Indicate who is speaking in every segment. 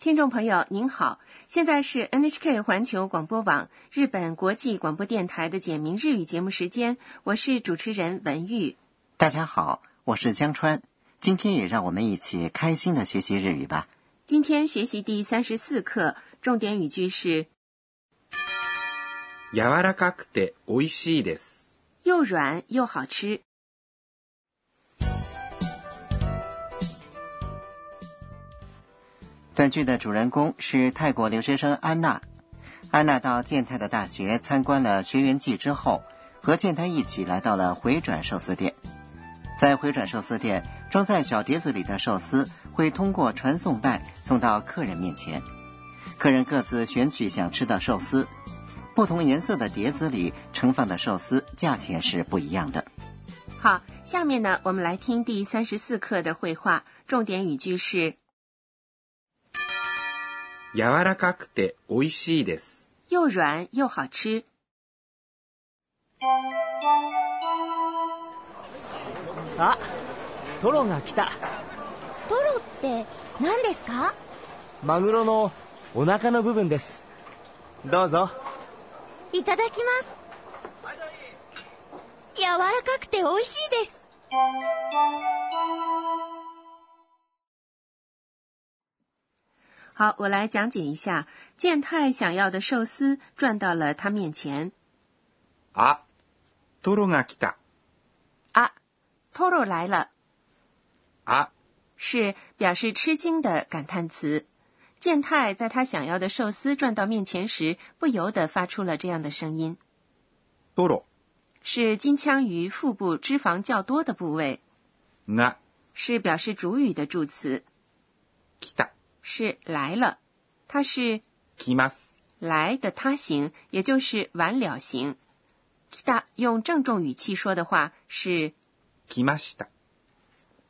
Speaker 1: 听众朋友您好，现在是 NHK 环球广播网日本国际广播电台的简明日语节目时间，我是主持人文玉。
Speaker 2: 大家好，我是江川，今天也让我们一起开心的学习日语吧。
Speaker 1: 今天学习第三十四课，重点语句是
Speaker 3: 柔らかくて美味しいです。
Speaker 1: 又软又好吃。
Speaker 2: 本剧的主人公是泰国留学生安娜。安娜到建泰的大学参观了学员季之后，和建泰一起来到了回转寿司店。在回转寿司店，装在小碟子里的寿司会通过传送带送到客人面前。客人各自选取想吃的寿司，不同颜色的碟子里盛放的寿司价钱是不一样的。
Speaker 1: 好，下面呢，我们来听第三十四课的绘画，重点语句是
Speaker 3: 柔らかくて美味しいです。
Speaker 1: 又软又好吃。
Speaker 4: あトロが来た
Speaker 5: トロって何ですか
Speaker 4: マグロのお腹の部分ですどうぞ
Speaker 5: いただきます柔らかくて美味しいです
Speaker 1: 好，我来讲解一下，健太想要的寿司转到了他面前。
Speaker 3: あ、トロが来た。
Speaker 1: 啊，Toro 来了，
Speaker 3: あ、
Speaker 1: 是表示吃惊的感叹词。健太在他想要的寿司转到面前时，不由得发出了这样的声音，
Speaker 3: トロ
Speaker 1: 是金枪鱼腹部脂肪较多的部位，
Speaker 3: が
Speaker 1: 是表示主语的助词，
Speaker 3: 来た。
Speaker 1: 是来了，它是
Speaker 3: 来ます。
Speaker 1: 来的他形，也就是完了形。kita 用郑重语气说的话是
Speaker 3: 来ました。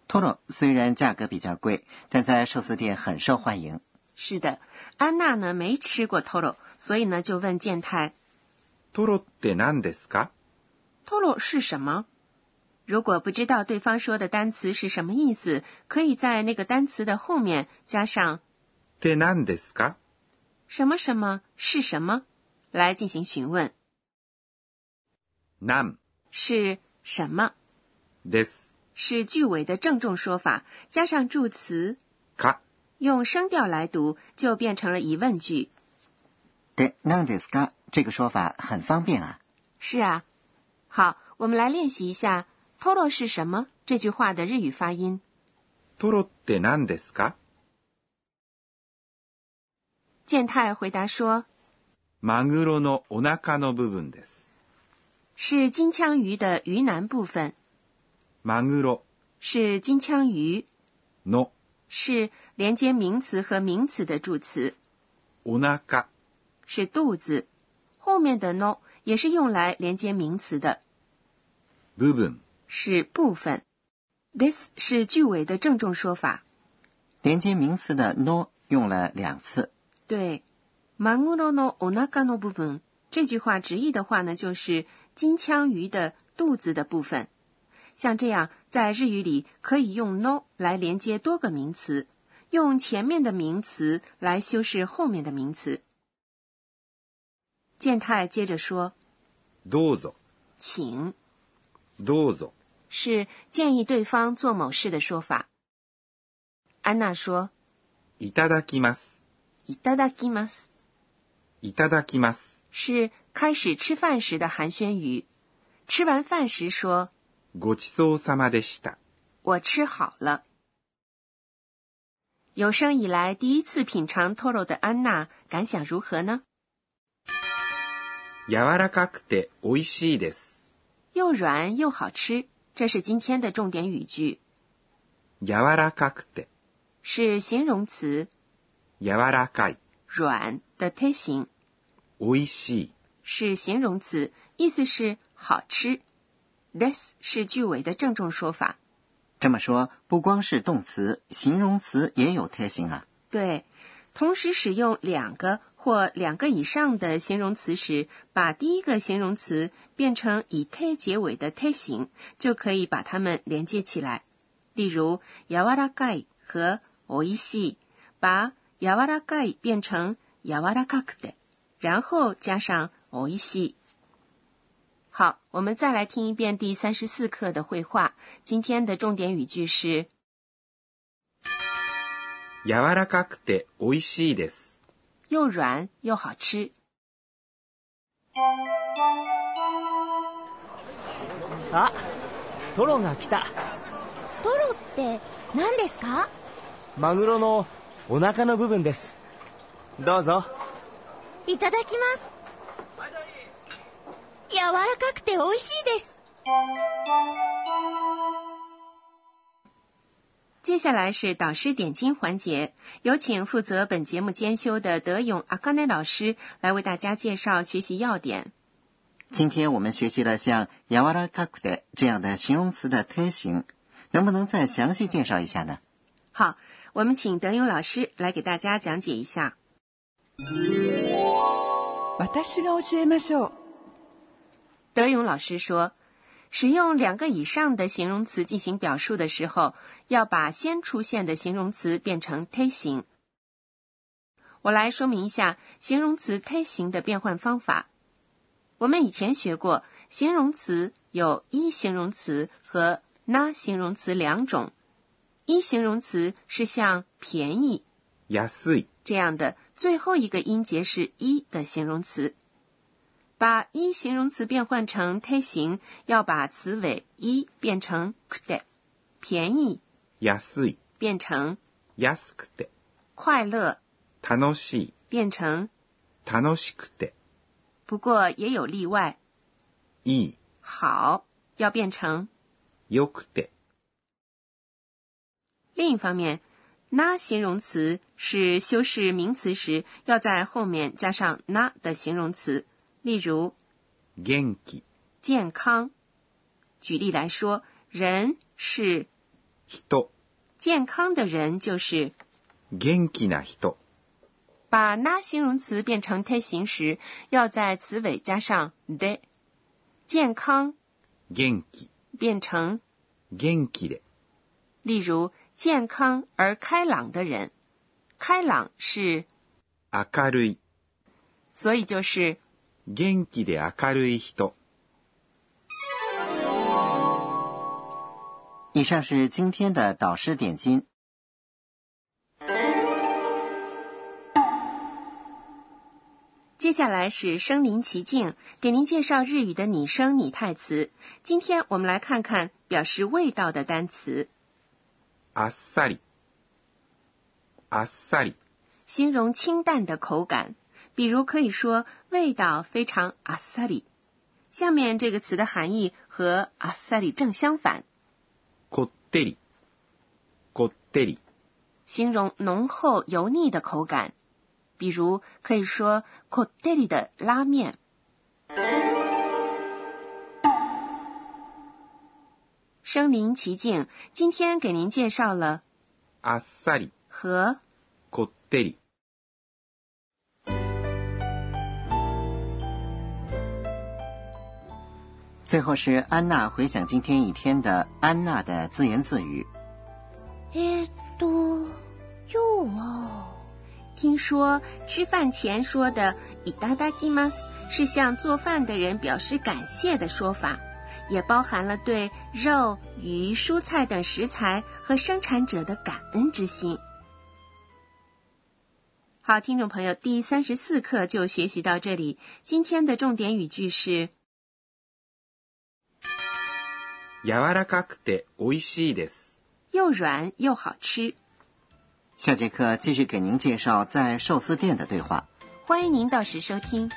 Speaker 2: 托罗虽然价格比较贵，但在寿司店很受欢迎。
Speaker 1: 是的。安娜呢没吃过 toro，所以呢就问健太
Speaker 3: トロって何ですか
Speaker 1: “toro 是什么”。如果不知道对方说的单词是什么意思，可以在那个单词的后面加上
Speaker 3: って何ですか
Speaker 1: 什么什么是什么来进行询问，
Speaker 3: なん
Speaker 1: 是什么
Speaker 3: です
Speaker 1: 是句尾的郑重说法，加上助词
Speaker 3: か
Speaker 1: 用声调来读，就变成了疑问句。
Speaker 2: で、なんですか？这个说法很方便啊。
Speaker 1: 是啊，好，我们来练习一下 “toro 是什么”这句话的日语发音。
Speaker 3: トロって何ですか
Speaker 1: 健太回答说
Speaker 3: マグロのお腹の部分です。：“
Speaker 1: 是金枪鱼的鱼腩部分，
Speaker 3: マグロ
Speaker 1: 是金枪鱼，
Speaker 3: の
Speaker 1: 是连接名词和名词的助词，
Speaker 3: お腹
Speaker 1: 是肚子。后面的 no 也是用来连接名词的，
Speaker 3: 部分
Speaker 1: 是部分。This 是句尾的郑重说法。
Speaker 2: 连接名词的 no 用了两次。
Speaker 1: 对，マグロのお腹の部分这句话直译的话呢，就是金枪鱼的肚子的部分。像这样，在日语里可以用 no 来连接多个名词，用前面的名词来修饰后面的名词。健太接着说
Speaker 3: どうぞ、：“
Speaker 1: 请
Speaker 3: どうぞ、
Speaker 1: 是建议对方做某事的说法。”安娜说
Speaker 3: いただきます、：“
Speaker 1: いただきます。”
Speaker 3: いただきます、
Speaker 1: 是开始吃饭时的寒暄语。吃完饭时说
Speaker 3: ごちそうさまでした。
Speaker 1: “我吃好了”。有生以来第一次品尝 Toro 的安娜感想如何呢？
Speaker 3: 柔らかくて美味しいです。
Speaker 1: 又软又好吃，这是今天的重点语句，
Speaker 3: 柔らかくて、
Speaker 1: 是形容词
Speaker 3: 柔らかい、
Speaker 1: “软”的推形，
Speaker 3: 美味しい、
Speaker 1: 是形容词，意思是好吃。This 是句尾的郑重说法。
Speaker 2: 这么说，不光是动词，形容词也有贴心啊。
Speaker 1: 对，同时使用两个或两个以上的形容词时，把第一个形容词变成以 t 结尾的 t 形，就可以把它们连接起来。例如，やわらかい和おいしい，把柔らかい变成柔らかくて，然后加上おいしい。好，我们再来听一遍第三十四课的绘画。今天的重点语句是
Speaker 3: 柔らかくて美味しいです。
Speaker 1: 又软又好吃。
Speaker 4: あトロが来た
Speaker 5: ポロって何ですか
Speaker 4: マグロのお腹の部分ですどうぞ
Speaker 5: いただきます柔らかくて美味しいです
Speaker 1: 接下来是导师点睛环节，有请负责本节目监修的德勇阿甘内老师来为大家介绍学习要点。
Speaker 2: 今天我们学习了像“柔らかくて”这样的形容词的推形，能不能再详细介绍一下呢？
Speaker 1: 好，我们请德勇老师来给大家讲解一下。
Speaker 6: 私が教えましょう。
Speaker 1: 德勇老师说，使用两个以上的形容词进行表述的时候，要把先出现的形容词变成推形。我来说明一下形容词推形的变换方法。我们以前学过，形容词有一形容词和那形容词两种。一形容词是像便宜
Speaker 3: 安い、
Speaker 1: 这样的最后一个音节是一的形容词。把一形容词变换成推形，要把词尾一变成 kude，便宜
Speaker 3: 安い、
Speaker 1: 变成
Speaker 3: 安くて、
Speaker 1: 快乐
Speaker 3: 楽しい、
Speaker 1: 变成。
Speaker 3: 楽しくて、
Speaker 1: 不过也有例外，
Speaker 3: いい、
Speaker 1: 好要变成。
Speaker 3: 良くて、
Speaker 1: 另一方面，那形容词是修饰名词时要在后面加上那的形容词，例如
Speaker 3: 元気、
Speaker 1: 健康。举例来说，人是
Speaker 3: 人、
Speaker 1: 健康的人就是
Speaker 3: 元気な人、
Speaker 1: 把那形容词变成推形时，要在词尾加上 de。健康
Speaker 3: 元気、
Speaker 1: 变成，
Speaker 3: 元気で、
Speaker 1: 例如健康而开朗的人，开朗是，
Speaker 3: 明るい、
Speaker 1: 所以就是
Speaker 3: 元気で明るい人。
Speaker 2: 以上是今天的导师点睛。
Speaker 1: 接下来是身临其境，给您介绍日语的拟声拟态词。今天我们来看看表示味道的单词，
Speaker 3: あっさり、あっさり、
Speaker 1: 形容清淡的口感，比如可以说味道非常阿萨里。下面这个词的含义和阿萨里正相反，
Speaker 3: こってり、こってり、
Speaker 1: 形容浓厚油腻的口感，比如可以说 k o d e r i 的拉面。身临其境，今天给您介绍了
Speaker 3: あっさり、
Speaker 1: 和
Speaker 3: こってり。
Speaker 2: 最后是安娜回想今天一天的安娜的自言自语。
Speaker 5: えっと今日は
Speaker 1: 听说吃饭前说的“いただきます”是向做饭的人表示感谢的说法，也包含了对肉、鱼、蔬菜等食材和生产者的感恩之心。好，听众朋友，第三十四课就学习到这里。今天的重点语句是
Speaker 3: 柔らかくて美味しいです。
Speaker 1: 又软又好吃。
Speaker 2: 下节课继续给您介绍在寿司店的对话。
Speaker 1: 欢迎您到时收听。